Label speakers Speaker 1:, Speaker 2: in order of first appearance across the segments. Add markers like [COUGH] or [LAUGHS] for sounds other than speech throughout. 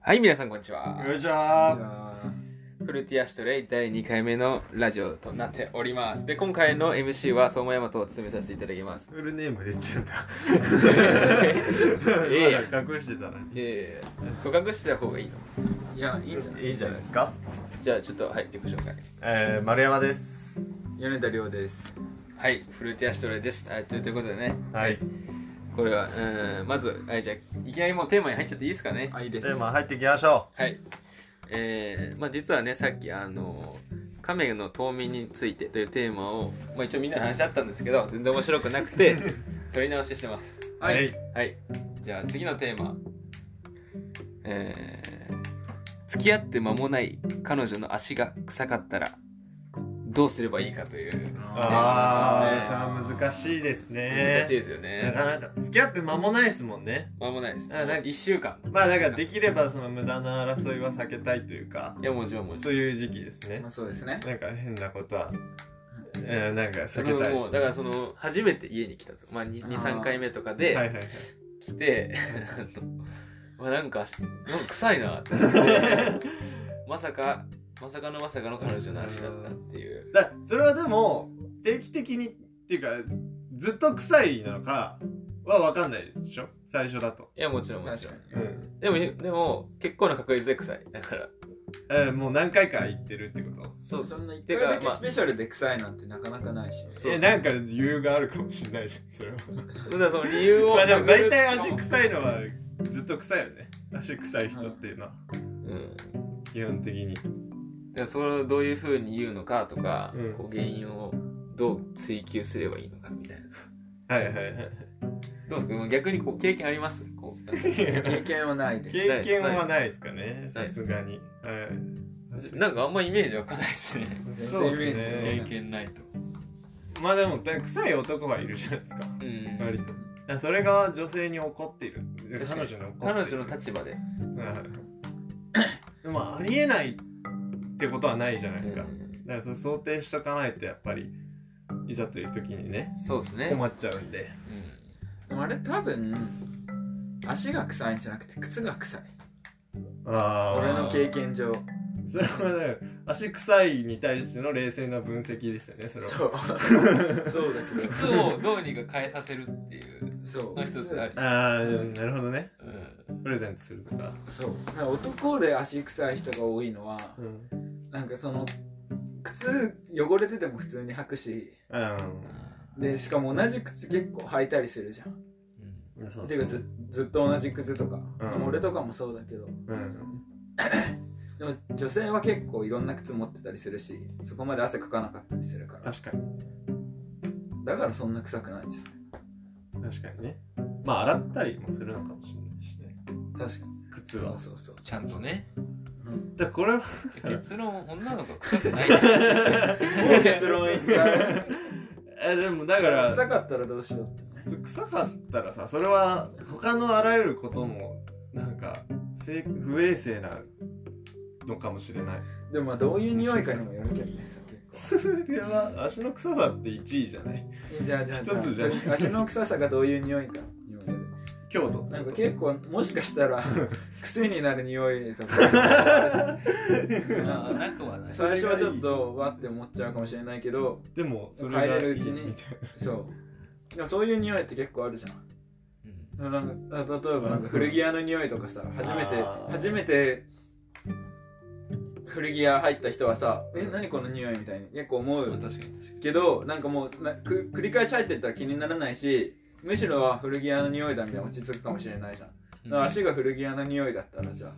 Speaker 1: はい、皆さんこんにちは。
Speaker 2: よいしょー
Speaker 1: フルーティアシトレイ第2回目のラジオとなっております。で、今回の MC は相馬大和を務めさせていただき
Speaker 2: [LAUGHS]
Speaker 1: ます。
Speaker 2: フルネームで言っちゃうんだ
Speaker 1: ええ
Speaker 2: まだ隠してたのに
Speaker 1: えー、告白してた方がいいの
Speaker 3: いや、いいんじゃない
Speaker 2: いいんじゃないですか
Speaker 1: じゃあちょっと、はい、自己紹介。
Speaker 2: えー、丸山です
Speaker 3: 米田亮です。
Speaker 1: はい、フルーティアシトレイです。はい、ということでね、
Speaker 2: はい
Speaker 1: これは、うーん、まず、はい、じゃあ、いきなりもうテーマに入っちゃっていいですかね。
Speaker 3: あ、
Speaker 1: はい。
Speaker 3: いい
Speaker 2: テ
Speaker 3: です。
Speaker 2: ーマ入っていきましょ
Speaker 1: えー、まあ実はね、さっき、あの亀の冬眠についてというテーマを、まあ、一応みんなで話し合ったんですけど全然面白くなく
Speaker 3: [LAUGHS]
Speaker 1: て撮り直ししてます
Speaker 2: う
Speaker 3: はい
Speaker 1: はい。じゃあ次のテーマ。えー、付き合って間もない彼女の足が臭かったらどうすればいいかという
Speaker 2: あ
Speaker 1: ね
Speaker 2: ーそれは難しいですね
Speaker 1: 難しいですよ
Speaker 2: な
Speaker 1: ね。
Speaker 2: かなか付き合って間もないですもんね
Speaker 1: 間もないです。
Speaker 2: あなんか
Speaker 1: 一週間。
Speaker 2: まあなんかできればその無駄な争いは避けたいというか
Speaker 1: いやもちろんもちろ
Speaker 2: そういう時期ですね
Speaker 3: まあ、そうですね。
Speaker 2: なんか変なことは、えー、なんか避
Speaker 1: ん。そ
Speaker 2: けた
Speaker 1: の
Speaker 2: いで
Speaker 1: も
Speaker 2: す
Speaker 1: うだからその初めて家に来たとまあに
Speaker 3: あー
Speaker 1: 二三回目とか
Speaker 2: はい
Speaker 1: で
Speaker 2: はい
Speaker 1: 来て、 [LAUGHS] あのまあなんかなんか臭い
Speaker 2: [LAUGHS]
Speaker 1: なってまさかまさかのまさかの彼女の足だったっていう
Speaker 2: だそれはでも定期的にっていうかずっと臭いなのかは分かんないでしょ最初だと、
Speaker 1: いやもちろんもち
Speaker 3: 確
Speaker 1: ろ
Speaker 3: か
Speaker 1: ん
Speaker 3: に。
Speaker 2: ん
Speaker 1: でも、でも、結構な確率で臭い。だから、
Speaker 2: えーもう何回か行ってるってこと
Speaker 1: そう
Speaker 3: そんな一
Speaker 1: て
Speaker 3: 回
Speaker 1: か
Speaker 3: だけ
Speaker 1: まあ
Speaker 3: スペシャルで臭いなんてなかなかないし。
Speaker 1: そう
Speaker 2: えなんか理由があるかもしれないじゃんそれは
Speaker 1: それではその理由を。
Speaker 2: まあでも大体
Speaker 1: 探
Speaker 2: 足
Speaker 1: る
Speaker 2: 臭いのはずっと臭いよね足臭い人っていうのは
Speaker 1: うん。だか
Speaker 2: 基本的に
Speaker 1: ら、それをどういう風に言うのかとか、
Speaker 2: うん
Speaker 1: こう原因をどう追求すればいいのかみたいな。
Speaker 2: はいはいはい
Speaker 1: どうですか逆にこう経験ありますこう。
Speaker 3: 経験はないです。
Speaker 2: 経験はないですかね
Speaker 1: ない
Speaker 2: さ
Speaker 1: です
Speaker 2: すがにはい
Speaker 1: [LAUGHS] なんかあんまイメージ湧かないですね。
Speaker 2: そうで
Speaker 3: 全然イメー
Speaker 2: す
Speaker 3: ジ
Speaker 1: 経
Speaker 2: ね
Speaker 1: 験ないと。
Speaker 2: まあでも臭い男はいるじゃないですか
Speaker 1: うん。
Speaker 2: 割とだからそれが女性に怒っている
Speaker 1: 確
Speaker 2: 彼
Speaker 1: かに彼
Speaker 2: 女に怒っている
Speaker 1: 女の立場で。
Speaker 2: はいでもありえないってことはないじゃないですか、
Speaker 1: うん
Speaker 2: だからそれ想定しとかないとやっぱりいざという時にね
Speaker 1: そうですね。
Speaker 2: 困っちゃうんで
Speaker 1: うん
Speaker 3: でもあれ多分、足が臭いんじゃなくて靴が臭い。
Speaker 2: あ
Speaker 3: 俺の経験上。
Speaker 2: それはね足臭いに対しての冷静な分析ですよねそれは
Speaker 3: そう。そうだけど。
Speaker 1: 靴をどうにか変えさせるっていう
Speaker 3: そう。
Speaker 1: の一つあり。
Speaker 2: ああなるほどね
Speaker 1: うん。
Speaker 2: プレゼントするとか、
Speaker 3: そう。なんか男で足臭い人が多いのは、
Speaker 2: うん
Speaker 3: なんかその、靴汚れてても普通に履くし、
Speaker 2: あ
Speaker 3: で、しかも同じ靴結構履いたりするじゃん。
Speaker 1: うん
Speaker 2: ーそう
Speaker 3: て
Speaker 2: そ
Speaker 3: か
Speaker 2: う
Speaker 3: ずずっと同じ靴とか、
Speaker 2: うん
Speaker 3: でも俺とかもそうだけど
Speaker 2: うん、
Speaker 3: でも女性は結構いろんな靴持ってたりするしそこまで汗かかなかったりするから
Speaker 2: 確かに
Speaker 3: だからそんな臭くないじ
Speaker 2: 確かにねまあ洗ったりもするのかもしれないしね
Speaker 3: ゃん確かに
Speaker 2: 靴
Speaker 3: そう
Speaker 2: は
Speaker 3: そうそう、
Speaker 1: ちゃんとね。
Speaker 3: うん、
Speaker 2: だからこれは
Speaker 1: 結論、女の子は臭くない。う
Speaker 3: もう結論言っちゃう
Speaker 2: [LAUGHS] えでもだから
Speaker 3: 臭かったらどうしよう
Speaker 2: そ臭かったらさそれは他のあらゆることもなんかせい不衛生なのかもしれない
Speaker 3: でもまあどういう匂いかにもよるけどねさ結
Speaker 2: それは足の臭さって1位じゃない
Speaker 3: 構じゃあじゃあ
Speaker 2: 一つじゃない
Speaker 3: あ足の臭さがどういう匂いかにもよる [LAUGHS]
Speaker 2: 強度
Speaker 3: なんか結構もしかした [LAUGHS] ら癖になる匂いとか
Speaker 1: んなくはない。
Speaker 3: 最初はちょっとわって思っちゃうかもしれないけど
Speaker 2: でもそれ
Speaker 3: 変
Speaker 2: が
Speaker 3: え
Speaker 2: い
Speaker 3: れる
Speaker 2: うい
Speaker 3: ちに
Speaker 2: みたい
Speaker 3: そうでもそういう匂いって結構あるじゃ
Speaker 1: うん
Speaker 3: んなんか例えばなんか古着屋の匂いとかさ初めて
Speaker 2: あー
Speaker 3: 初めて古着屋入った人はさ「え何この匂い」みたいに結構思
Speaker 1: まあ
Speaker 3: う
Speaker 1: 確かに確かに。
Speaker 3: けどなんかもうなく繰り返し入ってったら気にならないしむしろは古着屋の匂いだみたいな落ち着くかもしれないじゃんだから足が古着屋の匂いだったらじゃあ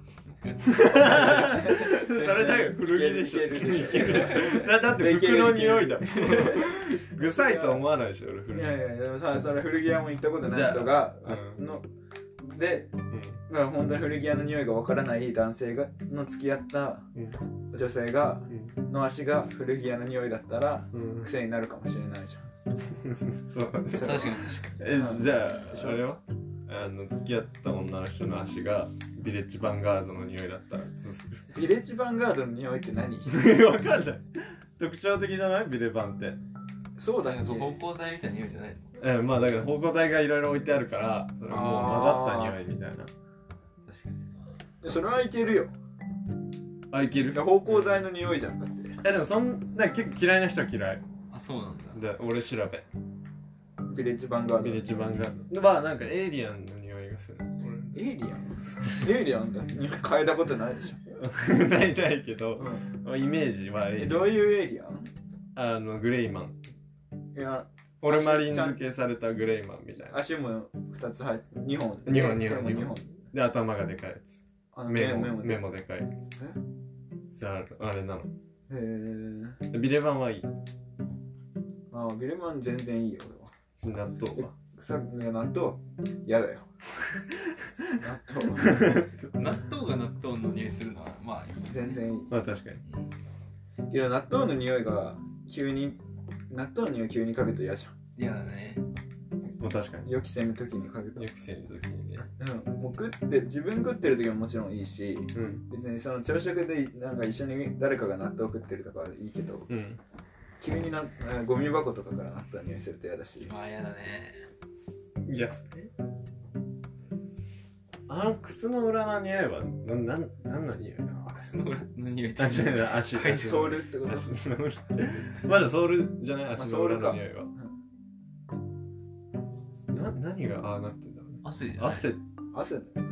Speaker 2: なそれだよ古着でしょ
Speaker 3: いけるいける
Speaker 2: いけるそれだって服の匂いだもん臭いと思わないでしょ俺
Speaker 3: い
Speaker 2: 古着
Speaker 3: やいやでもさそれ古着屋も行ったことない人が
Speaker 2: じゃあうん
Speaker 3: ので
Speaker 2: うん
Speaker 3: まあ、本当に古着屋の匂いがわからない男性がの付き合った
Speaker 2: うん
Speaker 3: 女性が
Speaker 2: う
Speaker 3: の足が古着屋の匂いだったら
Speaker 2: ん
Speaker 3: 癖になるかもしれないじ
Speaker 2: そうだね
Speaker 1: 確かに確か
Speaker 2: えじゃあそれはあの付き合った女の人の足がビレッジヴァンガードの匂いだったらどうす
Speaker 3: ゃんビレッジヴァンガードの匂いって何
Speaker 2: る [LAUGHS] わかんない特徴的じゃないビレバンって
Speaker 3: そうだ
Speaker 1: に。
Speaker 3: っ
Speaker 1: なんかそう、
Speaker 3: け
Speaker 1: 芳香剤みたいな匂いじゃないの
Speaker 2: えまあだから芳香剤がいろいろ置いてあるからそれもう混ざった匂いみたいな
Speaker 1: 確かに。
Speaker 3: でそれはいけるよ
Speaker 2: あいける
Speaker 3: で芳香剤の匂いじゃんだって
Speaker 2: いやでもそんなんか結構嫌いな人は嫌い
Speaker 1: あそうなんだ
Speaker 2: で俺調べ
Speaker 3: ヴィレッジヴァンガード
Speaker 2: ミニチュア版がまあなんかエイリアンの匂いがする
Speaker 3: エイリアンエイリアンだ変えたことないでし
Speaker 2: 俺 [LAUGHS] ないないけ
Speaker 3: ょ、
Speaker 2: どイメージはエ
Speaker 3: え
Speaker 2: イリア
Speaker 3: ど
Speaker 2: ン
Speaker 3: ういうエイリアン
Speaker 2: あのグレイマン
Speaker 3: いや
Speaker 2: オルマリン漬けされたグレイマンみたいな
Speaker 3: 足も2つ入って2本
Speaker 2: 二本二
Speaker 3: 手
Speaker 2: 本
Speaker 3: も二本
Speaker 2: で頭がでかいやつ
Speaker 3: あの
Speaker 2: 目も
Speaker 3: 目も
Speaker 2: 目もでかいさああれなの
Speaker 3: へー
Speaker 2: でビレバンはいい
Speaker 3: あビルマン全然いいよ俺は
Speaker 2: 納豆は
Speaker 3: 臭くね納豆嫌
Speaker 2: [LAUGHS]
Speaker 3: だよ納豆
Speaker 1: 納豆が納豆の匂いするのはまあいい、
Speaker 3: 全然いい
Speaker 2: まあ確かに
Speaker 1: うん
Speaker 3: いや納豆の匂いが急に納豆の匂い急にかけて嫌じゃ
Speaker 1: 嫌だね
Speaker 2: まあ確か
Speaker 3: ん
Speaker 2: に
Speaker 3: 予期せぬ時にかけて
Speaker 2: よくせる時にね
Speaker 3: うんもう食って自分食ってる時ももちろんいいし
Speaker 2: うん
Speaker 3: 別にその朝食でなんか一緒に誰かが納豆食ってるとかはいいけど
Speaker 2: うん
Speaker 3: 急になあゴミ箱とかから納豆の匂いすると嫌だし
Speaker 1: まあ嫌だね
Speaker 2: いやそれあの靴の裏の匂いはななん何の匂いだ
Speaker 1: 靴の裏の匂いって
Speaker 2: あ違う違う足
Speaker 1: はい
Speaker 2: 足の
Speaker 3: ソウルってこと
Speaker 2: 足の裏まだソールじゃない
Speaker 3: まあ
Speaker 2: 足の裏
Speaker 3: ソ
Speaker 2: の
Speaker 3: ールか
Speaker 2: 匂いは、な何がああなってんだろう
Speaker 1: 汗じゃない
Speaker 2: 汗
Speaker 3: 汗だよ多分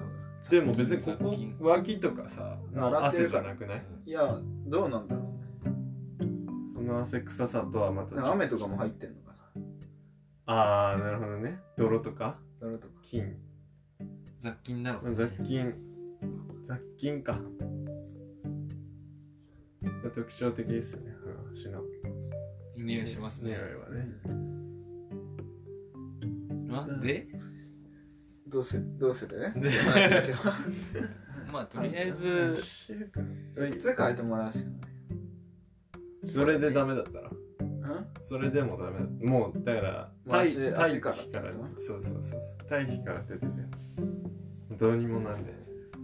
Speaker 2: でも別にこ
Speaker 1: 雑
Speaker 2: こ
Speaker 1: 菌
Speaker 2: 脇とかさもう
Speaker 3: 洗って
Speaker 2: 汗
Speaker 3: る
Speaker 2: じ
Speaker 3: か
Speaker 2: ゃ
Speaker 3: ら
Speaker 2: なくない
Speaker 3: いやどうなんだろう
Speaker 2: その汗臭さとはまた
Speaker 3: なんか雨とかも入ってんのかな
Speaker 2: ああなるほどね泥とか
Speaker 3: 泥とか
Speaker 2: 菌
Speaker 1: 雑菌だろうね
Speaker 2: 雑菌雑菌か特徴的ですよねうん足の
Speaker 1: 匂いします
Speaker 2: 匂い
Speaker 1: ねま
Speaker 2: はね
Speaker 1: あで
Speaker 3: どうせどうせでね
Speaker 2: [LAUGHS] で
Speaker 1: まあとりあえず
Speaker 3: いつ変えてもらうしか
Speaker 2: それでダメだったら
Speaker 3: ないうん
Speaker 2: それでもダメだもうだから
Speaker 3: もう
Speaker 2: 大
Speaker 3: 足
Speaker 2: 大
Speaker 3: 足
Speaker 2: 気
Speaker 3: か
Speaker 2: かららそうそうそうそう大気から出てるやつどうにもなんで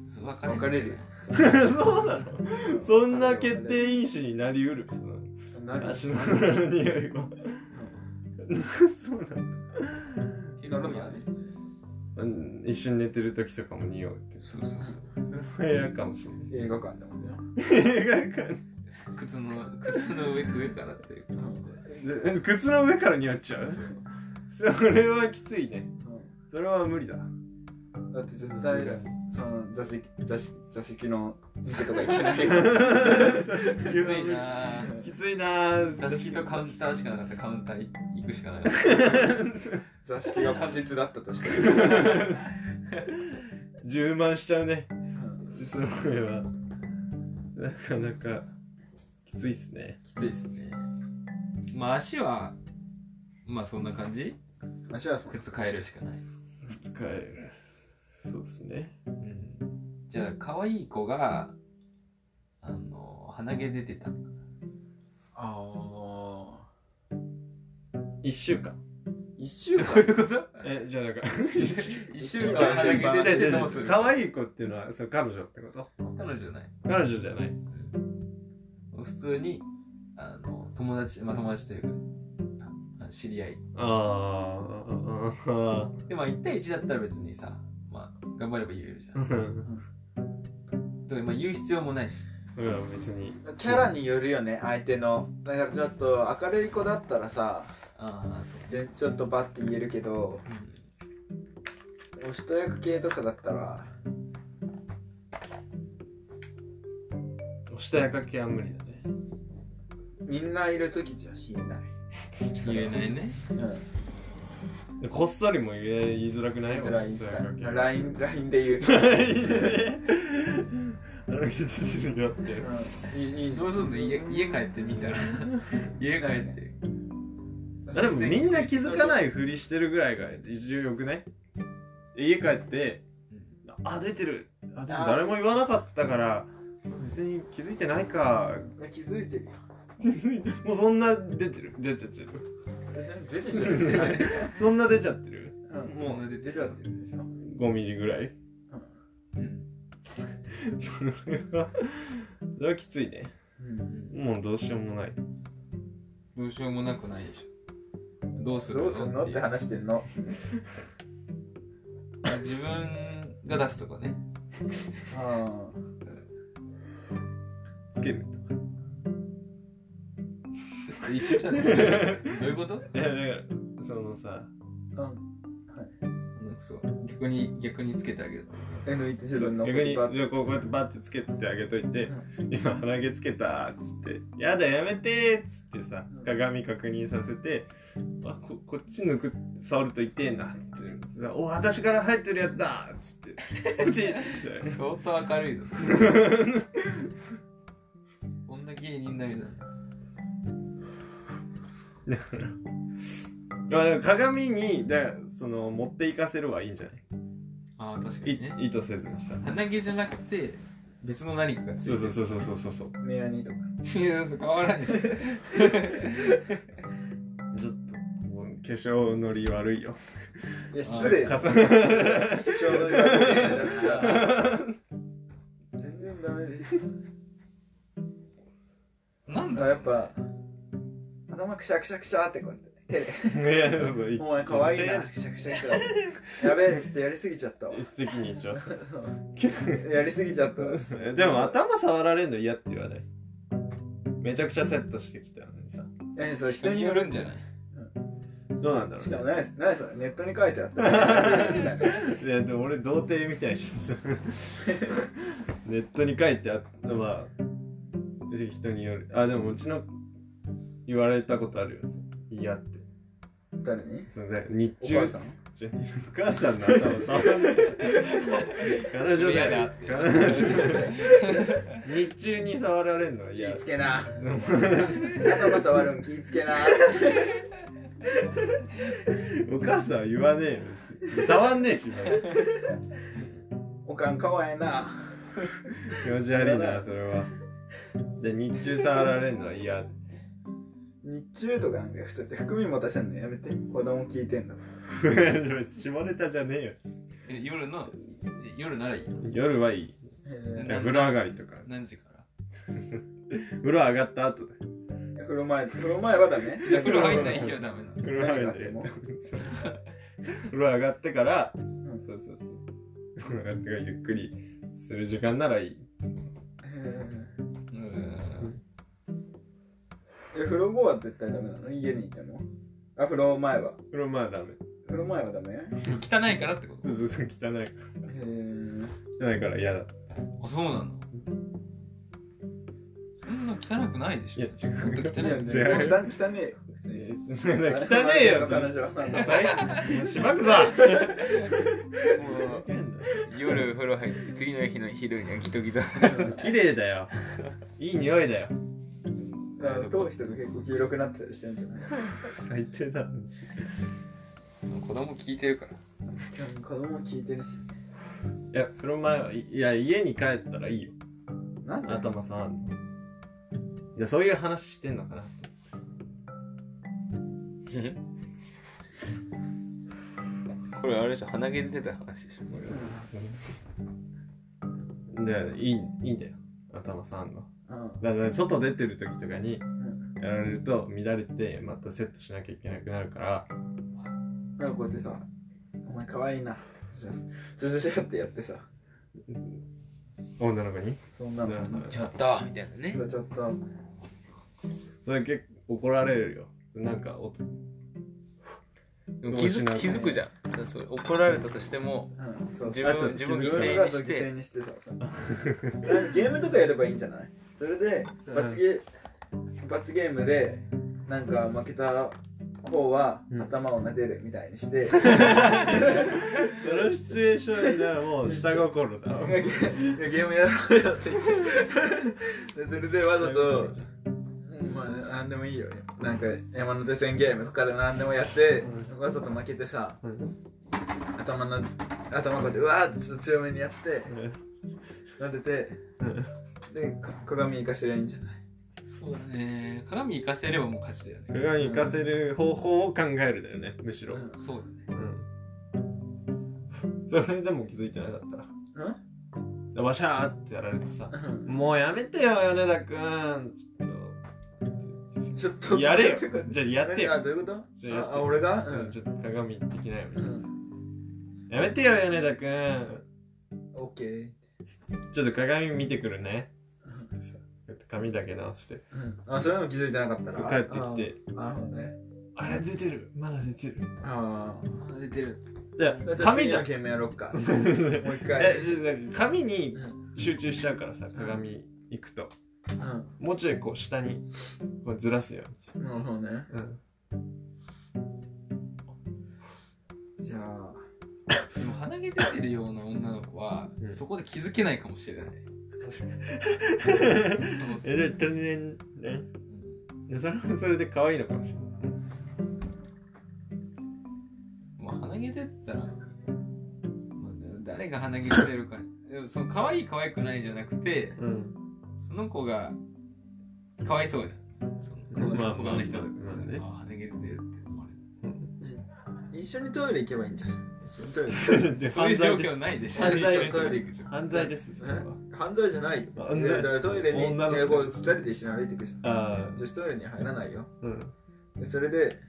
Speaker 1: 別
Speaker 3: 別れるよ
Speaker 2: そうなの [LAUGHS] [LAUGHS] そんな決定因子になりうるその
Speaker 3: なる
Speaker 2: 足の裏の匂いはそうなんだ
Speaker 1: 結構嫌ね
Speaker 2: うん一緒に寝てる時とかも匂うって
Speaker 1: そうそうそ
Speaker 2: それは嫌かもしれな
Speaker 3: 映画館だもんね
Speaker 2: [LAUGHS] い映画館
Speaker 1: う靴の靴の上上からっていうか
Speaker 2: で靴の上から匂っちゃうそそれはきついねそれは無理だ
Speaker 3: うんだって絶
Speaker 2: さ
Speaker 3: 対
Speaker 2: すがに
Speaker 3: その座席座席座席の店とか行けないよ
Speaker 1: きついなぁ
Speaker 2: きついなぁ
Speaker 1: 座敷とカウンターしかなかったカウンター行くしかなかった
Speaker 3: 座敷が個室だったとして
Speaker 2: [LAUGHS] 充満しちゃうね
Speaker 3: うん
Speaker 2: それはなかなかきついっすね
Speaker 1: きついですねまあ足はまあそんな感じ
Speaker 3: 足はその
Speaker 1: 靴変えるしかない、
Speaker 2: 二日酔いそうっすね
Speaker 1: うん、じゃあ可愛い子があの鼻毛出てた
Speaker 3: あ
Speaker 2: 1週間
Speaker 3: 1週
Speaker 1: ど
Speaker 3: 間
Speaker 1: ういうこと
Speaker 2: えじゃあなんか
Speaker 1: [LAUGHS] 一週間鼻毛出ててどうする
Speaker 2: 可愛い子っていうのはその彼女ってこと
Speaker 1: 彼女じゃない
Speaker 2: 彼女じゃない
Speaker 1: 普通にあの友達まあ友達というかああ知り合い
Speaker 2: あーあ
Speaker 1: でまあ1対1だったら別にさまあ頑張れば言えるじゃん
Speaker 2: ー
Speaker 1: でまあ言う必要もないし
Speaker 2: うん別に
Speaker 3: キャラによるよね相手のだからちょっと明るい子だったらさ
Speaker 1: ああそう
Speaker 3: 全ちょっとバッて言えるけどおしとやか系とかだったら
Speaker 2: おしとやかけは無理だね
Speaker 3: みんないる時じゃ言えない
Speaker 1: 言えないね
Speaker 3: うん
Speaker 2: でこっそりも言え言いづらくない
Speaker 3: ライン
Speaker 2: おしとやかけ [LAUGHS]
Speaker 3: ラインラインで言う、
Speaker 2: あの人するよって
Speaker 3: うん、いいいい
Speaker 1: どうするの家家帰ってみた [LAUGHS] ら家帰って
Speaker 2: あでもみんな気づかないふりしてるぐらいが一重よくね家帰ってあ出てるあでも誰も言わなかったから別に気づいてないか
Speaker 3: 気づいてるよ
Speaker 2: 気づいて [LAUGHS] もうそんな出てる出ちゃってる
Speaker 3: 出てちゃってる
Speaker 2: そんな出ちゃってる
Speaker 1: もうそんな出て
Speaker 3: 出
Speaker 1: る
Speaker 3: ちゃってるでしょ
Speaker 2: 5ミリぐらい
Speaker 1: うん
Speaker 2: それはそれはきついね
Speaker 3: うん
Speaker 2: もうどうしようもない
Speaker 1: どうしようもなくないでしょどうする
Speaker 3: ど
Speaker 1: の
Speaker 3: うすんのって
Speaker 1: いう
Speaker 3: 話してんの
Speaker 1: 自分が出すとかね
Speaker 3: あ
Speaker 2: つけ [LAUGHS] る
Speaker 1: [LAUGHS] 一緒じゃない [LAUGHS] どういうこと
Speaker 2: えだからそのさ
Speaker 3: あうん
Speaker 1: うんそう逆に逆につけてあげる
Speaker 3: え抜いて自
Speaker 2: 逆
Speaker 3: 分の
Speaker 2: にじ
Speaker 3: バ
Speaker 2: ゃあ
Speaker 3: ッ
Speaker 2: こうこうやってバッてつけてあげといて
Speaker 3: う
Speaker 2: 「今鼻毛つけた」っつって「やだやめて」っつってさ
Speaker 3: うん
Speaker 2: 鏡確認させて「あここっち抜く触ると痛えな」って言ってさ「お私から入ってるやつだ」っ
Speaker 3: [LAUGHS]
Speaker 2: つって「プチッ!」って
Speaker 1: 相当明るいぞ [LAUGHS] こんな芸人だみたいな
Speaker 2: だからまあでも鏡にだからその持っていかせるはいいんじゃない
Speaker 1: ああ確か
Speaker 2: い
Speaker 1: にね
Speaker 2: 意図せずにさ
Speaker 1: 鼻毛じゃなくて別の何かがついて
Speaker 2: そう
Speaker 1: る
Speaker 2: そうそうそうそうそうそう
Speaker 3: 目やにとか
Speaker 1: いやそう変わらんでしょ
Speaker 2: ちょっとこう化粧のり悪いよ
Speaker 3: いや失礼
Speaker 2: 重
Speaker 3: な
Speaker 2: ね
Speaker 3: ちょうどいいめちゃくちゃ [LAUGHS] 全然ダメです
Speaker 1: なんだ
Speaker 3: あやっぱ頭くしゃくしゃくしゃってこうやって手で
Speaker 2: いやそうそうい
Speaker 3: お前かわいい
Speaker 2: めっ
Speaker 3: な
Speaker 2: ち
Speaker 3: くしゃくしゃくしゃやべえちょっとやりすぎちゃった [LAUGHS] わ
Speaker 2: ゃ一石二鳥
Speaker 3: やりすぎちゃったわ
Speaker 2: でも頭触られんの嫌って言わないめちゃくちゃセットしてきたのにさ
Speaker 3: えそれ人
Speaker 1: 人
Speaker 3: に
Speaker 1: に
Speaker 3: よ
Speaker 1: よ
Speaker 3: る
Speaker 1: る
Speaker 3: ん
Speaker 1: ん
Speaker 3: じ
Speaker 1: じ
Speaker 3: ゃ
Speaker 1: ゃ
Speaker 3: ない
Speaker 1: ない
Speaker 2: どうなん
Speaker 3: [LAUGHS]
Speaker 2: だろ
Speaker 3: しかも
Speaker 2: う
Speaker 3: 何何それネットに書いて [LAUGHS] あった
Speaker 2: ねいやでも俺童貞みたいにしてさネットに書いてあったまあ人によるあでもうちの言われたことあるよ嫌って
Speaker 3: 誰に
Speaker 2: そのね日
Speaker 3: お
Speaker 2: 中
Speaker 3: 母さん
Speaker 2: ちょお母さんの頭触んない彼女だよ
Speaker 1: それ
Speaker 2: 彼
Speaker 1: 嫌
Speaker 2: 女
Speaker 1: だ
Speaker 2: だよ日中に触られるのはい
Speaker 3: 気
Speaker 2: や
Speaker 3: ぃつけな頭触るん気ぃつけな
Speaker 2: お母さんは言わねえよ別に触んねえしまだ
Speaker 3: おかんかわいいな
Speaker 2: 気持ち悪いな [LAUGHS] それはで日中触られるのは嫌
Speaker 3: 日中とかなんか普通って含み持たせんのやめて子供聞いてんだ
Speaker 2: 別に下ネタじゃねえよ
Speaker 1: え夜の夜ならいい
Speaker 2: [LAUGHS] 夜はいい
Speaker 3: へ
Speaker 2: 風呂上がりとか
Speaker 1: 何時から
Speaker 2: 風呂上がった後だよ
Speaker 3: え風呂前風呂前はダメ
Speaker 1: いや風呂入んない日はダメなの
Speaker 2: 風呂上がって風呂上がってからそうそうそう風呂上がってからゆっくりする時間ならいい
Speaker 3: え
Speaker 1: うん
Speaker 3: 風呂後は絶対ダメなの家にいてもあ風呂前は
Speaker 2: 風呂まあダメ
Speaker 3: 風呂前はダメへ
Speaker 1: 汚いからってこと
Speaker 2: そうそうそう汚い
Speaker 3: え
Speaker 2: 汚いから嫌だ
Speaker 1: あそうなのそんな汚くないで
Speaker 2: い
Speaker 1: し
Speaker 2: や
Speaker 1: ょ
Speaker 2: 違
Speaker 1: ほんと
Speaker 2: う
Speaker 1: 汚い
Speaker 3: い
Speaker 1: よ
Speaker 3: やね
Speaker 1: ね
Speaker 2: 違う
Speaker 3: 汚ねえよ普通に
Speaker 2: 汚えよ
Speaker 3: 彼女は
Speaker 2: 最後しばくぞ
Speaker 1: もう夜風呂入って次の日の昼にはギトギト
Speaker 2: 綺麗だよいい匂いだよ
Speaker 3: 頭皮とか結構黄色くなってたりしてるんじゃない
Speaker 2: 最低だ
Speaker 1: 子供聞いてるから
Speaker 3: うん子供聞いてるし
Speaker 2: いや風呂前はいいや家に帰ったらいいよ
Speaker 3: なんで
Speaker 2: 頭さんのいやそういう話してんのかな
Speaker 1: [LAUGHS] これあれでしょ鼻毛出てた話でしょこれ
Speaker 2: でいいいいんだよ頭さんの
Speaker 3: うん
Speaker 2: だから外出てる時とかに
Speaker 3: ん
Speaker 2: やられると乱れてまたセットしなきゃいけなくなるから
Speaker 3: なんかこうやってさ「お前かわいいな」じゃずずしってやってさ
Speaker 2: 女の子に
Speaker 3: そんなの
Speaker 1: ちょっとみたいなね
Speaker 3: そうちょっと
Speaker 2: それ結構怒られるよそれなんかお
Speaker 1: でも気づ
Speaker 2: どうしな
Speaker 1: く
Speaker 2: い
Speaker 1: 気づくじゃんだからそう怒られたとしても
Speaker 3: うんそう
Speaker 1: 自
Speaker 2: あと
Speaker 1: 分自分犠牲にし
Speaker 3: 自分が犠牲
Speaker 1: て
Speaker 3: にしてさ [LAUGHS] ゲームとかやればいいんじゃないそれで罰ゲ,、罰ゲームでなんか負けた方は
Speaker 2: うん
Speaker 3: 頭を撫でるみ [LAUGHS] たいにして、
Speaker 2: そのシチュエーションでもう下心だ
Speaker 3: いやゲームやろうよって言って [LAUGHS] でそれでわざとまあ何でもいいよなんか山手線ゲームとかで何でもやってわざと負けてさ頭の頭こうやってうわーってちょっと強めにやって撫でてでか鏡行かせりゃいいんじゃない
Speaker 1: そうだね鏡行かせればもう勝ちだよね
Speaker 2: 鏡行かせる方法を考えるだよねむしろ、
Speaker 3: うん
Speaker 1: そうだね
Speaker 2: それでも気づいてなかったらでわしゃーってやられてさ
Speaker 3: うん
Speaker 2: もうやめてよ米田くん
Speaker 3: ちょ
Speaker 2: ちょ
Speaker 3: っと
Speaker 2: っとやれよじゃあやって
Speaker 3: 何あ
Speaker 2: よ、
Speaker 3: どういうこ
Speaker 2: ちょ
Speaker 3: と
Speaker 2: やって
Speaker 3: ああ俺がう
Speaker 2: うん、
Speaker 3: ん
Speaker 2: ちょっと鏡行ってきなよみたいな
Speaker 3: うん
Speaker 2: やめてよ米田くん
Speaker 3: オッケー
Speaker 2: ちょっと鏡見てくるね。
Speaker 3: つってさ
Speaker 2: 髪だけ直して。
Speaker 3: うんあそれも気づいてなかったな
Speaker 2: そう帰ってきて。
Speaker 3: あーなるほどね
Speaker 2: あれ出てるまだ出てる。
Speaker 3: あ
Speaker 1: 出てる
Speaker 2: じゃ
Speaker 3: あ
Speaker 2: あ、髪じゃん。
Speaker 3: 件名や
Speaker 2: [LAUGHS]
Speaker 3: ろっかもう
Speaker 2: え、
Speaker 3: 一回
Speaker 2: 髪に
Speaker 3: うん
Speaker 2: 集中しちゃうからさ、鏡行くと。
Speaker 3: うん
Speaker 2: もうちょいこう下にこうずらすようにさ。
Speaker 3: なるほどね
Speaker 2: うん。
Speaker 3: じゃあ
Speaker 1: でも鼻毛出てるような女の子は、
Speaker 2: うん
Speaker 1: そこで気づけないかもしれない
Speaker 2: え、じゃあ、とりあえずね。でそれもそれで可愛いのかもしれない。
Speaker 1: まあ鼻毛出てたら、まあ、誰が鼻毛出てるかでもその可愛い可愛くないじゃなくて
Speaker 2: うん。
Speaker 1: その子がかわいそうじゃんその
Speaker 2: まあ
Speaker 1: 他の人だから
Speaker 2: まあまあね
Speaker 1: さあ鼻毛出てるって思わ
Speaker 3: 一緒にトイレ行けばいいんじゃない一緒にトイレ
Speaker 1: れ
Speaker 2: で
Speaker 1: るそういう状
Speaker 2: 犯
Speaker 1: 況
Speaker 2: 罪です
Speaker 1: ないでしょ
Speaker 3: 犯罪
Speaker 1: 一緒にトイレ行くじゃん
Speaker 2: 犯罪です、それは。
Speaker 3: 犯罪じゃないよ
Speaker 2: あ
Speaker 3: いやだからトイレに
Speaker 2: 女の子
Speaker 3: いやこう二人で一緒に歩いていくじゃん
Speaker 2: あ
Speaker 3: 女子トイレに入らないよ
Speaker 2: あ、うん。 [LAUGHS]
Speaker 3: でそれで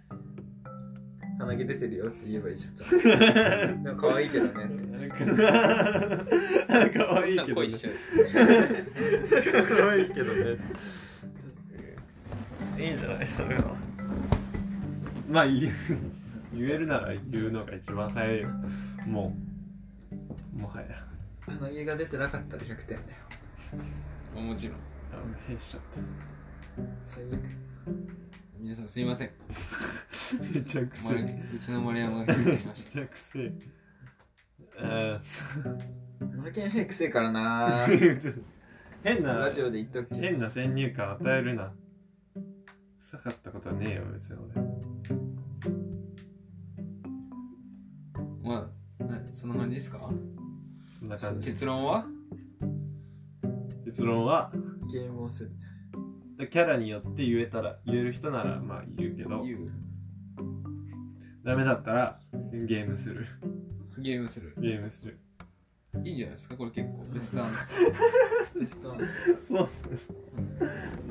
Speaker 3: 鼻毛出てるよって言えばいいじゃんちゃんとでも可愛いけどねって
Speaker 2: かわいい
Speaker 1: そんな
Speaker 2: けど
Speaker 1: 恋
Speaker 2: ね
Speaker 1: し。ちゃう
Speaker 2: かわいいけどね。いいんじゃないそれは。まあ言う言えるなら言うのが一番早いよ。もう。もはや。
Speaker 3: 鼻毛が出てなかったら100点だよ
Speaker 1: しもちろん
Speaker 2: あ変しちゃっ
Speaker 3: 最悪
Speaker 1: 皆さんすいません
Speaker 2: た。めちゃくせ
Speaker 1: 丸
Speaker 2: え。
Speaker 1: うちの丸山が出てきま
Speaker 2: め
Speaker 1: し
Speaker 2: ちゃくせえ。ああ、そ
Speaker 3: マルケンヘイクせえからな
Speaker 2: う変な
Speaker 3: ラ、ジオで言っとくけど
Speaker 2: 変な先入観与えるな。臭かったことはねえよ、別に俺。
Speaker 1: たまあなそんな感じですか
Speaker 2: そんな感じ。
Speaker 1: 結論は
Speaker 2: 結論は、
Speaker 3: ゲームをする
Speaker 2: でキャラによって言えたら言える人ならまあ言うけど
Speaker 1: 言う
Speaker 2: ダメだったらゲームする
Speaker 1: ゲームする
Speaker 2: ゲームする
Speaker 1: いいんじゃないですかこれ結構ベストアンサ
Speaker 3: ベストアンサー
Speaker 2: そう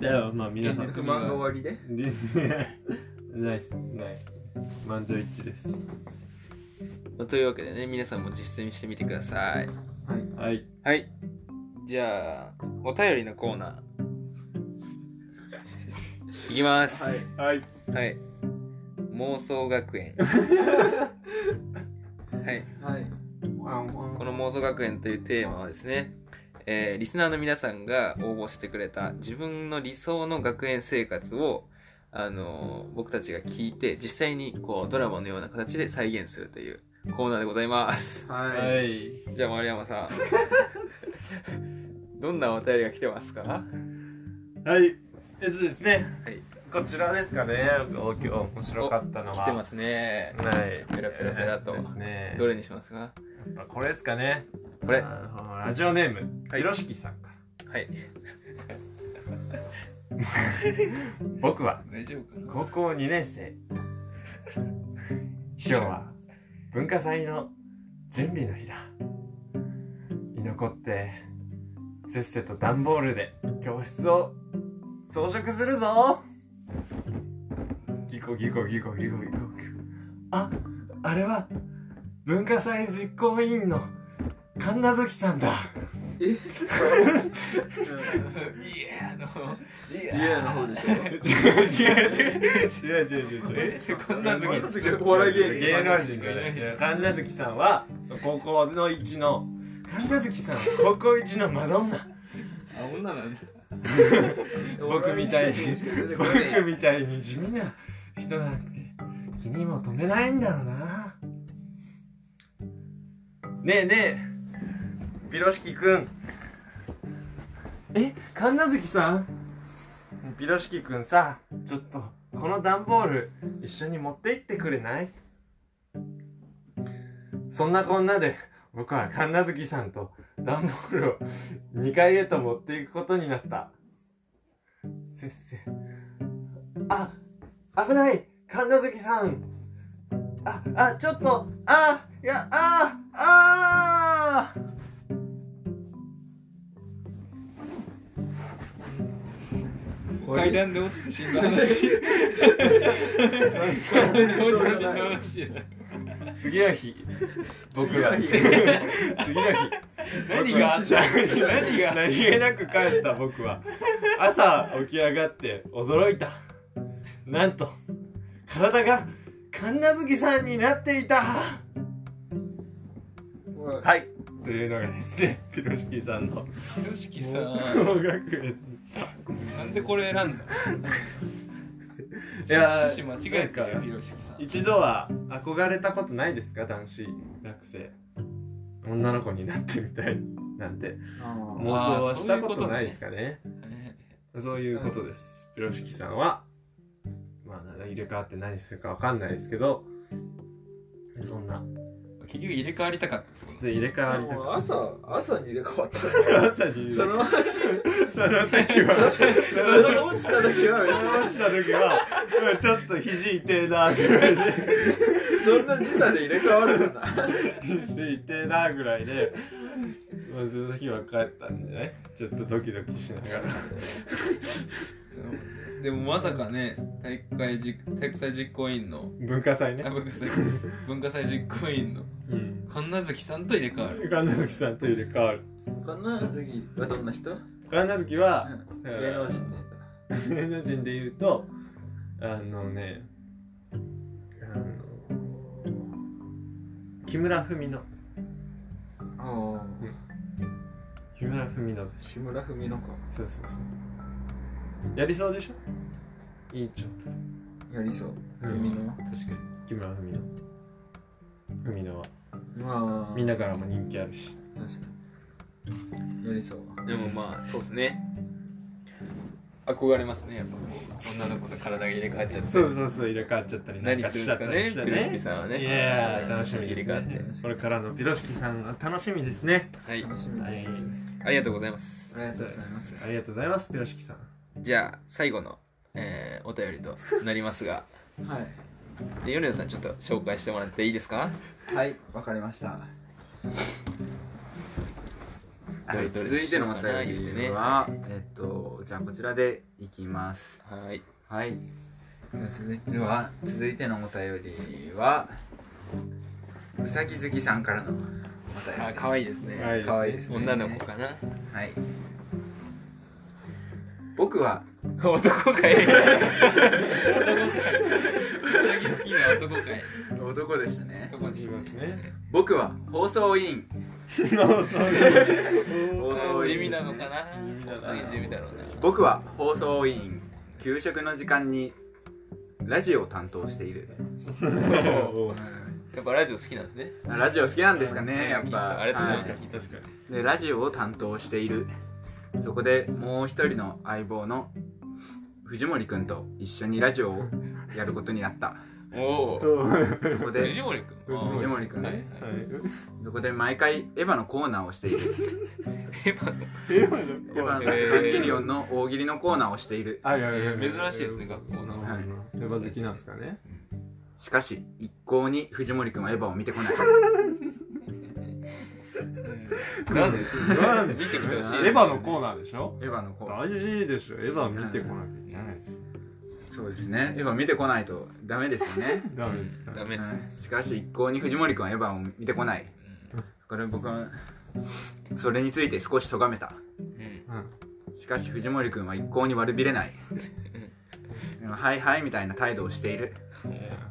Speaker 2: ではまあ皆さん
Speaker 1: 現
Speaker 3: 不満が終わりで
Speaker 2: リ [LAUGHS] ナイスナイス満場一致です
Speaker 1: ーまあというわけでね皆さんも実践してみてください
Speaker 3: はい
Speaker 2: はい
Speaker 1: はいじゃあお便りのコーナーいきます
Speaker 3: はい
Speaker 2: はい
Speaker 1: はい、妄想学 [LAUGHS] 園はい
Speaker 3: はい
Speaker 1: この妄想学園というテーマはですね、えーリスナーの皆さんが応募してくれた自分の理想の学園生活を、あのー僕たちが聞いて実際にこうドラマのような形で再現するというコーナーでございます [LAUGHS]
Speaker 3: はい
Speaker 2: はい
Speaker 1: じゃあ丸山さん [LAUGHS] どんなお便りが来てますか
Speaker 2: はいえっとですね
Speaker 1: はい
Speaker 2: こちらですかねお今日面白かったのは
Speaker 1: 来てますね
Speaker 2: はい
Speaker 1: ペラペラペラと
Speaker 2: えーですね
Speaker 1: どれにしますか
Speaker 2: やっぱこれですかね
Speaker 1: これ
Speaker 2: あのラジオネーム
Speaker 1: はい
Speaker 2: ひろしきさんから
Speaker 1: はい
Speaker 2: 僕は
Speaker 1: 大丈夫か
Speaker 2: 高校2年 [LAUGHS] 生今日は文化祭の準備の日だ居残ってせっせと段ボールで教室を装飾するぞギコギコギコギコギコギコああれは文化祭実行委員の神奈月さんだ
Speaker 1: な [LAUGHS] いやあの
Speaker 3: 家の方でしょ
Speaker 2: [LAUGHS] 違う違う違う違う違う違う
Speaker 1: こんな時
Speaker 3: すげえお笑い芸人
Speaker 2: 芸能人がねいや神奈月さんはそう高校の一の神奈月さんは高校一のマドンナ
Speaker 1: あ女なんだ
Speaker 2: 僕みたいに [LAUGHS] 僕
Speaker 3: 僕
Speaker 2: みたいに地味な人なんて気にも留めないんだろうなねえねえピロシキくんえ神奈月さんピロシキくんさちょっとこの段ボール一緒に持って行ってくれないそんなこんなで僕は神奈月さんと段ボールを2階へと持っていくことになったせっせあ、危ない神奈月さんあ、あ、ちょっとあ、いや、あ、あー
Speaker 1: 階段で落ちて死んだ話階段で落ちて死んだ話じゃない
Speaker 2: 次の日僕は
Speaker 3: 次
Speaker 2: 次
Speaker 3: の日
Speaker 1: 何
Speaker 2: の日
Speaker 1: があった何が
Speaker 2: 何気なく帰った僕は朝起き上がって驚いたなんと体が神奈月さんになっていたはいというのがですねピロシキさん
Speaker 1: ひ
Speaker 2: の
Speaker 1: ろしき
Speaker 2: [LAUGHS]
Speaker 1: さ
Speaker 2: 小学園
Speaker 1: なんでこれ選んだ
Speaker 2: いや
Speaker 1: 趣旨間違えた
Speaker 2: な
Speaker 1: よ
Speaker 2: んか
Speaker 1: ひろしきさん
Speaker 2: 一度は憧れたことないですか男子学生女の子になってみたいなんて妄想
Speaker 3: も
Speaker 2: はしたことないですかね
Speaker 1: はい
Speaker 2: そういうことです。ピロシキさんは、まあ、入れ替わって何するかわかんないですけど、そんな。
Speaker 1: 結局入れ替わりたかったってこと
Speaker 2: で入れ替わりと
Speaker 3: う
Speaker 2: か。
Speaker 3: 朝朝に入れ替わった
Speaker 2: 朝に
Speaker 3: その
Speaker 2: その時は、その時
Speaker 3: その落ちた時は別に
Speaker 2: 落ちた時は、うんちょっと肘痛えなぐらいで、
Speaker 3: そんな時差で入れ替わるのさ
Speaker 2: 肘痛えなぐらいで、まあ、その時は帰ったんでね、ちょっとドキドキしながら。
Speaker 1: でもまさかね体育会実体育祭実行委員の
Speaker 2: 文化祭
Speaker 1: あ
Speaker 2: ね。
Speaker 1: 文化祭文化祭実行委員の
Speaker 2: うん。
Speaker 1: 神奈月さんと入れ替わる
Speaker 2: 神奈月さんと入れ替わる。
Speaker 3: 神奈月はどんな人芸
Speaker 2: 神奈月は、だから
Speaker 3: 能人で
Speaker 2: 芸能人で言うとあのねあの木村文乃
Speaker 3: ああ
Speaker 2: 木村文乃
Speaker 3: 志村文乃か
Speaker 2: そうそうそうそうやりそうでしょ委員長とか
Speaker 3: やりそう
Speaker 2: うん
Speaker 3: 文
Speaker 1: 確
Speaker 3: 乃
Speaker 1: かに
Speaker 2: 木村文乃文乃は
Speaker 3: まあ
Speaker 2: みんなからも人気あるし
Speaker 3: 確かにやりそう
Speaker 1: でもまあそうですね憧れますねやっぱ女の子と体が入れ替わっちゃって
Speaker 2: そうそうそう入れ替わっちゃったりなん
Speaker 1: 何
Speaker 2: か
Speaker 1: する
Speaker 2: し
Speaker 1: ん
Speaker 2: ち
Speaker 1: で
Speaker 2: ゃっ
Speaker 1: すか
Speaker 2: た
Speaker 1: ねピ
Speaker 2: りして
Speaker 1: ロシキ
Speaker 2: ね
Speaker 1: さんはいね
Speaker 2: やー楽しみです
Speaker 1: 入れ替
Speaker 2: ね
Speaker 1: わ
Speaker 3: って
Speaker 2: これからのピロシキさんは楽しみですね
Speaker 1: はい
Speaker 3: 楽しみです、
Speaker 2: はい
Speaker 1: ありがとうございます
Speaker 3: ありがとうございます
Speaker 2: ありがとうございますピロシキさん
Speaker 1: じゃあ最後の、えーお便りとなりますが
Speaker 3: はい
Speaker 1: で米田さんちょっと紹介してもらっていいですか
Speaker 3: はい、わかりました。
Speaker 1: どれどれ
Speaker 3: 続いてのお便りは、えっと、じゃあこちらでいきます。
Speaker 1: はい
Speaker 3: はい。では続いては、続いてのお便りは、うさぎ好きさんからのお便り
Speaker 1: あ
Speaker 3: です。
Speaker 1: 可愛いですね、
Speaker 2: はい
Speaker 3: 可愛いですね
Speaker 1: 女の子かな、
Speaker 3: はい。僕は、
Speaker 1: 男かい男かい好きな男かい
Speaker 3: 男でしたね。
Speaker 1: 男
Speaker 2: いますね
Speaker 3: 僕は放送委員。
Speaker 2: そう [LAUGHS] そう
Speaker 1: そう地味なのかな
Speaker 2: 地味だな
Speaker 1: そういう地味だろうな
Speaker 3: 僕は放送委員給食の時間にラジオを担当している
Speaker 1: やっぱラジオ好きなんですね
Speaker 3: ラジオ好きなんですかねやっぱ
Speaker 1: あれ
Speaker 3: はい
Speaker 1: 確かに確かに
Speaker 3: でラジオを担当しているそこでもう一人の相棒の藤森くんと一緒にラジオをやることになった
Speaker 1: おお
Speaker 3: そこで
Speaker 1: 藤森君
Speaker 3: 藤森くん
Speaker 1: は
Speaker 3: ね
Speaker 1: いはい
Speaker 3: そこで毎回エヴァのコーナーをしている
Speaker 1: エヴァの
Speaker 3: エヴァのエヴァンゲリオンの大喜利のコーナーをしている
Speaker 2: あいやいや
Speaker 1: 珍しいですね学校の
Speaker 3: はい
Speaker 2: エヴァ好きなんですかね
Speaker 3: しかし一向に藤森くんはエヴァを見てこない
Speaker 1: なんで
Speaker 2: なんで
Speaker 1: 見てきてほしいです
Speaker 2: エヴァのコーナーでしょ
Speaker 3: エヴァのコーナー
Speaker 2: 大事でしょエヴァ見てこなきゃいけない
Speaker 3: そうですねエヴァ見てこないとダメですよね
Speaker 2: ダメですか
Speaker 1: ダメっす
Speaker 3: しかし一向に藤森君はエヴァを見てこないこれ僕はそれについて少し咎めた
Speaker 1: うん
Speaker 3: しかし藤森君は一向に悪びれないでもはいはいみたいな態度をしている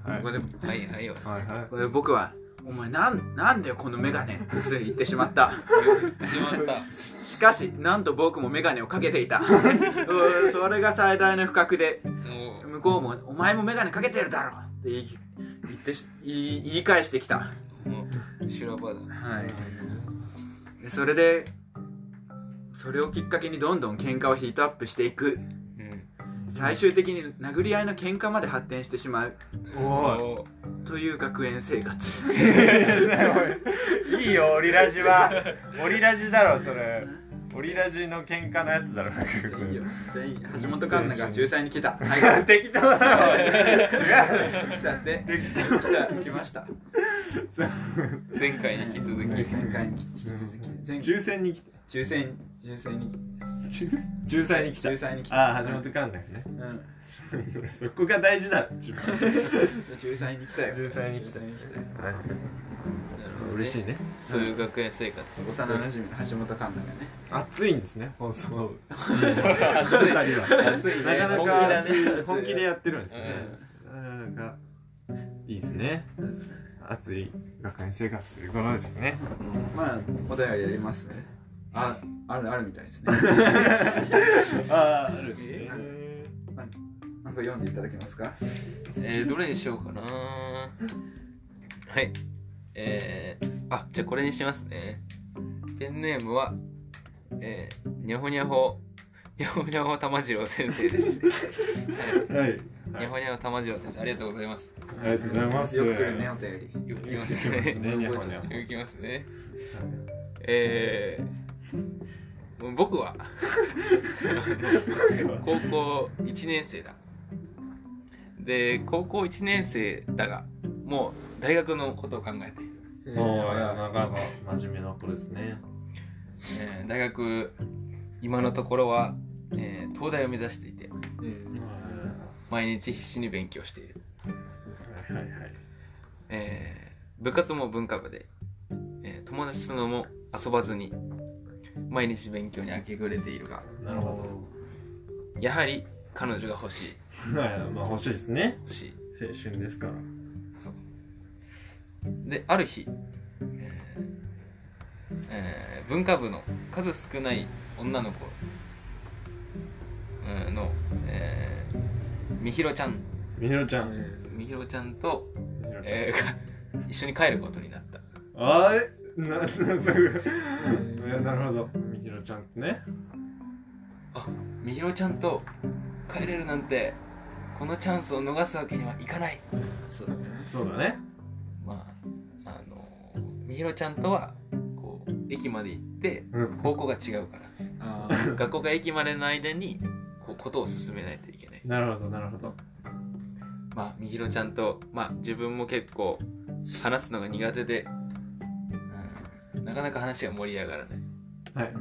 Speaker 2: はい
Speaker 3: ここでこ
Speaker 1: はいはいよ
Speaker 2: はいは
Speaker 3: こで僕は「お前なんなんだよこの眼鏡」とつい言ってしまった
Speaker 1: しまった
Speaker 3: しかしなんと僕も眼鏡をかけていた [LAUGHS] うんそれが最大の不覚で
Speaker 1: お
Speaker 3: 向こうも「お前も眼鏡かけてるだろ」って言い言ってし言い言い返してきた
Speaker 1: おもう修羅場だ
Speaker 3: はいでそれでそれをきっかけにどんどん喧嘩をヒートアップしていく
Speaker 1: うん
Speaker 3: 最終的に殴り合いの喧嘩まで発展してしまう
Speaker 2: お
Speaker 1: お
Speaker 3: という学園生活
Speaker 2: いいいよオリラジはオリラジだろそれオリラジの喧嘩のやつだろ
Speaker 3: いいよ全員橋本環奈が仲裁に
Speaker 2: [LAUGHS]
Speaker 3: 来たはい
Speaker 2: 適当だろ違
Speaker 3: 来たって
Speaker 2: 適当
Speaker 3: 来た来ました
Speaker 1: 前回に引き続き [LAUGHS]
Speaker 3: 前回に引き続き前
Speaker 2: 抽選に来て
Speaker 3: 抽選抽選に
Speaker 2: 仲裁に来た
Speaker 3: 仲裁に来た
Speaker 2: ああ橋本環奈ね
Speaker 3: うん
Speaker 2: それそこが大事だ自分
Speaker 3: 仲裁に来たよ
Speaker 2: 仲裁に来た
Speaker 3: 仲裁に来たよ
Speaker 2: 嬉しいね
Speaker 1: そういう学園生活
Speaker 3: 幼なじみの橋本環奈がね
Speaker 2: 暑いんですね放送部
Speaker 1: 暑
Speaker 2: 二人
Speaker 1: い
Speaker 2: は
Speaker 1: 暑いね
Speaker 2: なかなか
Speaker 1: 本気だね
Speaker 2: 熱い本気でやってるんですね、なかなかいいですね暑い学園生活ということです [LAUGHS] ね
Speaker 3: まあお便りやりますねああるあるみたいで
Speaker 2: [LAUGHS]
Speaker 3: すね
Speaker 2: あある
Speaker 3: ねなんか読んでいただけますか
Speaker 1: えー、どれにしようかなはいえー、あじゃあこれにしますねペンネームはえー、にゃほにゃほにゃほにゃほ玉次郎先生です、
Speaker 2: はい
Speaker 1: はい、にゃほにゃほ玉次郎先生ありがとうございます
Speaker 2: ありがとうございます
Speaker 3: よく来るねお便り
Speaker 1: よく
Speaker 2: よ
Speaker 1: 来ま
Speaker 2: く来
Speaker 1: す
Speaker 2: ます
Speaker 1: ね
Speaker 2: ねにゃほにゃほ
Speaker 1: いきますね。えー、僕は高校1年生だ。で、高校1年生だが、もう大学のことを考えている、
Speaker 2: もうなかなか真面目な子ですね
Speaker 1: えー大学、今のところは、えー東大を目指していて、
Speaker 3: うん
Speaker 1: 毎日必死に勉強している。
Speaker 2: はいはいはい
Speaker 1: えー部活も文化部で、えー友達とのも遊ばずに、毎日勉強に明け暮れているが、
Speaker 2: なるほ
Speaker 1: やはり彼女が欲しい
Speaker 2: どはいまあ欲しいですね
Speaker 1: 欲しい
Speaker 2: 青春ですから
Speaker 1: そうである日、えーえー文化部の数少ない女の子うんの、えー、みひろちゃん
Speaker 2: みひろちゃん
Speaker 1: みひろちゃんと、
Speaker 2: みひろちゃん
Speaker 1: えーか一緒に帰ることになった
Speaker 2: あーえななそう [LAUGHS] いやなるほどみひろちゃんってね
Speaker 1: あみひろちゃんと帰れるなんてこのチャンスを逃すわけにはいかない
Speaker 3: そうだね
Speaker 2: そうだね
Speaker 1: まああのみひろちゃんとはこう駅まで行って
Speaker 2: うん
Speaker 1: 方向が違うから
Speaker 3: あー
Speaker 1: 学校が駅までの間にこうことを進めないといけない
Speaker 2: なるほどなるほど
Speaker 1: まあみひろちゃんと、まあ、自分も結構話すのが苦手で、うんなかなか話が盛り上がらない
Speaker 2: はい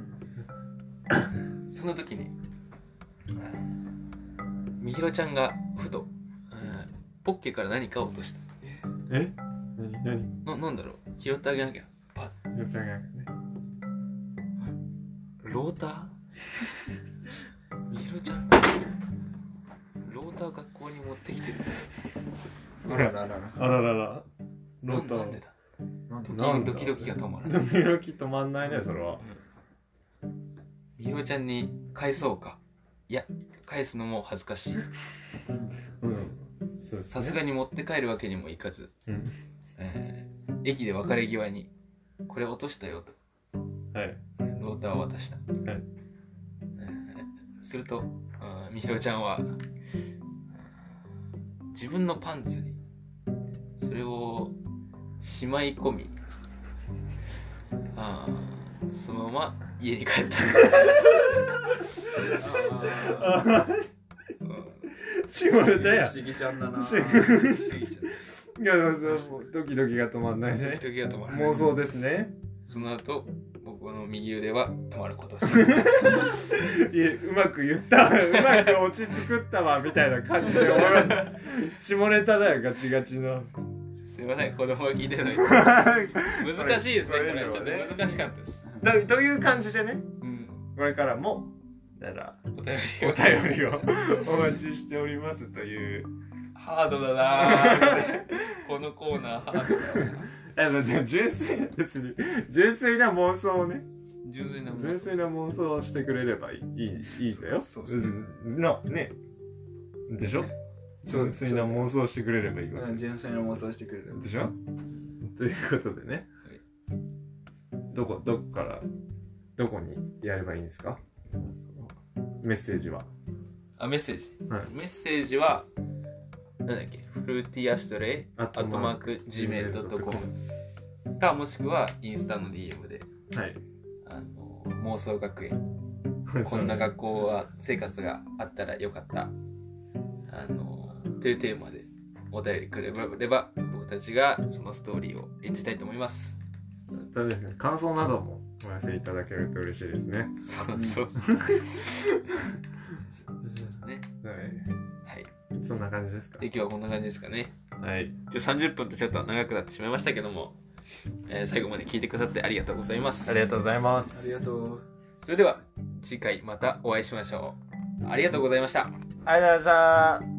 Speaker 1: その時にうんみひろちゃんがふと、うんポッケから何かを落とし
Speaker 2: え何何
Speaker 1: たななんだろう拾ってあげなきゃ
Speaker 2: みひろちゃんがね
Speaker 1: ロータ [LAUGHS] ーみひろちゃんローター学校に持ってきてる
Speaker 3: あら
Speaker 2: [LAUGHS]
Speaker 3: ららら
Speaker 2: あらららロータ
Speaker 1: なんで
Speaker 2: ー
Speaker 1: だ
Speaker 3: なん
Speaker 1: 時々
Speaker 3: と
Speaker 1: ドキドキが止まらない
Speaker 2: ドキドキ止まんないねそれは
Speaker 1: みひろちゃんに返そうかいや返すのも恥ずかしい
Speaker 2: うんそうですね
Speaker 1: さすがに持って帰るわけにもいかず、
Speaker 2: うん
Speaker 1: えー駅で別れ際に「これ落としたよ」と
Speaker 2: はい
Speaker 1: ローターを渡した、
Speaker 2: い
Speaker 1: えーするとあーみひろちゃんは自分のパンツにそれをしまい込みあーそのまま家に帰
Speaker 2: [LAUGHS]
Speaker 1: った
Speaker 3: あ
Speaker 2: しまれた
Speaker 3: ー
Speaker 2: や
Speaker 3: 不思議ちゃんだな
Speaker 2: 不思いやそうそうドキドキが止まんないね
Speaker 1: 時が止まらない
Speaker 2: 妄想ですね
Speaker 1: その後僕の右腕は止まることをした
Speaker 2: [LAUGHS] いえうまく言ったわうまく落ち着くったわみたいな感じで終わる下ネタだよガチガチの
Speaker 1: すいません、子供が聞いて
Speaker 2: [LAUGHS]
Speaker 1: ない。難しいですね、こ
Speaker 2: これ
Speaker 1: れ。ちょっと
Speaker 2: これ以上はね
Speaker 1: 難しかったです。
Speaker 2: だという感じでね
Speaker 1: うん。
Speaker 2: これからもだから
Speaker 1: お便りを。
Speaker 2: お便りを [LAUGHS] お待ちしておりますという
Speaker 1: ハードだな
Speaker 2: [LAUGHS]
Speaker 1: ぁこのコーナーハードだな
Speaker 2: あのじゃあ純粋な別に純粋な妄想をね
Speaker 1: 純粋な妄想
Speaker 2: 純粋な妄想をしてくれればいいいいいいんだよ
Speaker 3: そうそ
Speaker 2: 別
Speaker 3: う
Speaker 2: になねでしょ
Speaker 3: そう
Speaker 2: 純粋な妄想をしてくれればいいわ
Speaker 3: うん純粋な妄想してくれる
Speaker 2: でしょということでね、
Speaker 1: はい
Speaker 2: どこどこからどこにやればいいんですかメッセージは
Speaker 1: あ、メッセージ。
Speaker 2: はい
Speaker 1: メッセージは、なんだっけ、フルーティーアシュトレイ、
Speaker 2: アッ
Speaker 1: アットマーク、gmail.com か、もしくは、インスタの DM で、
Speaker 2: はい
Speaker 1: あの、妄想学園こんな学校は生活があったらよかった。あの、というテーマでお便りくれれば、僕たちがそのストーリーを演じたいと思います。
Speaker 2: ただね感想などもお寄せいただけると嬉しいですね。
Speaker 1: [LAUGHS] そうそうそうですね
Speaker 2: は
Speaker 1: はい
Speaker 2: い。そんな感じですか
Speaker 1: で。今日はこんな感じですかね
Speaker 2: はい。
Speaker 1: で30分ってちょっと長くなってしまいましたけども、えー最後まで聞いてくださってありがとうございます
Speaker 2: ありがとうございま
Speaker 3: あり
Speaker 2: す。
Speaker 3: がとう。
Speaker 1: それでは次回またお会いしましょうありがとうございました
Speaker 2: ありがとうございました。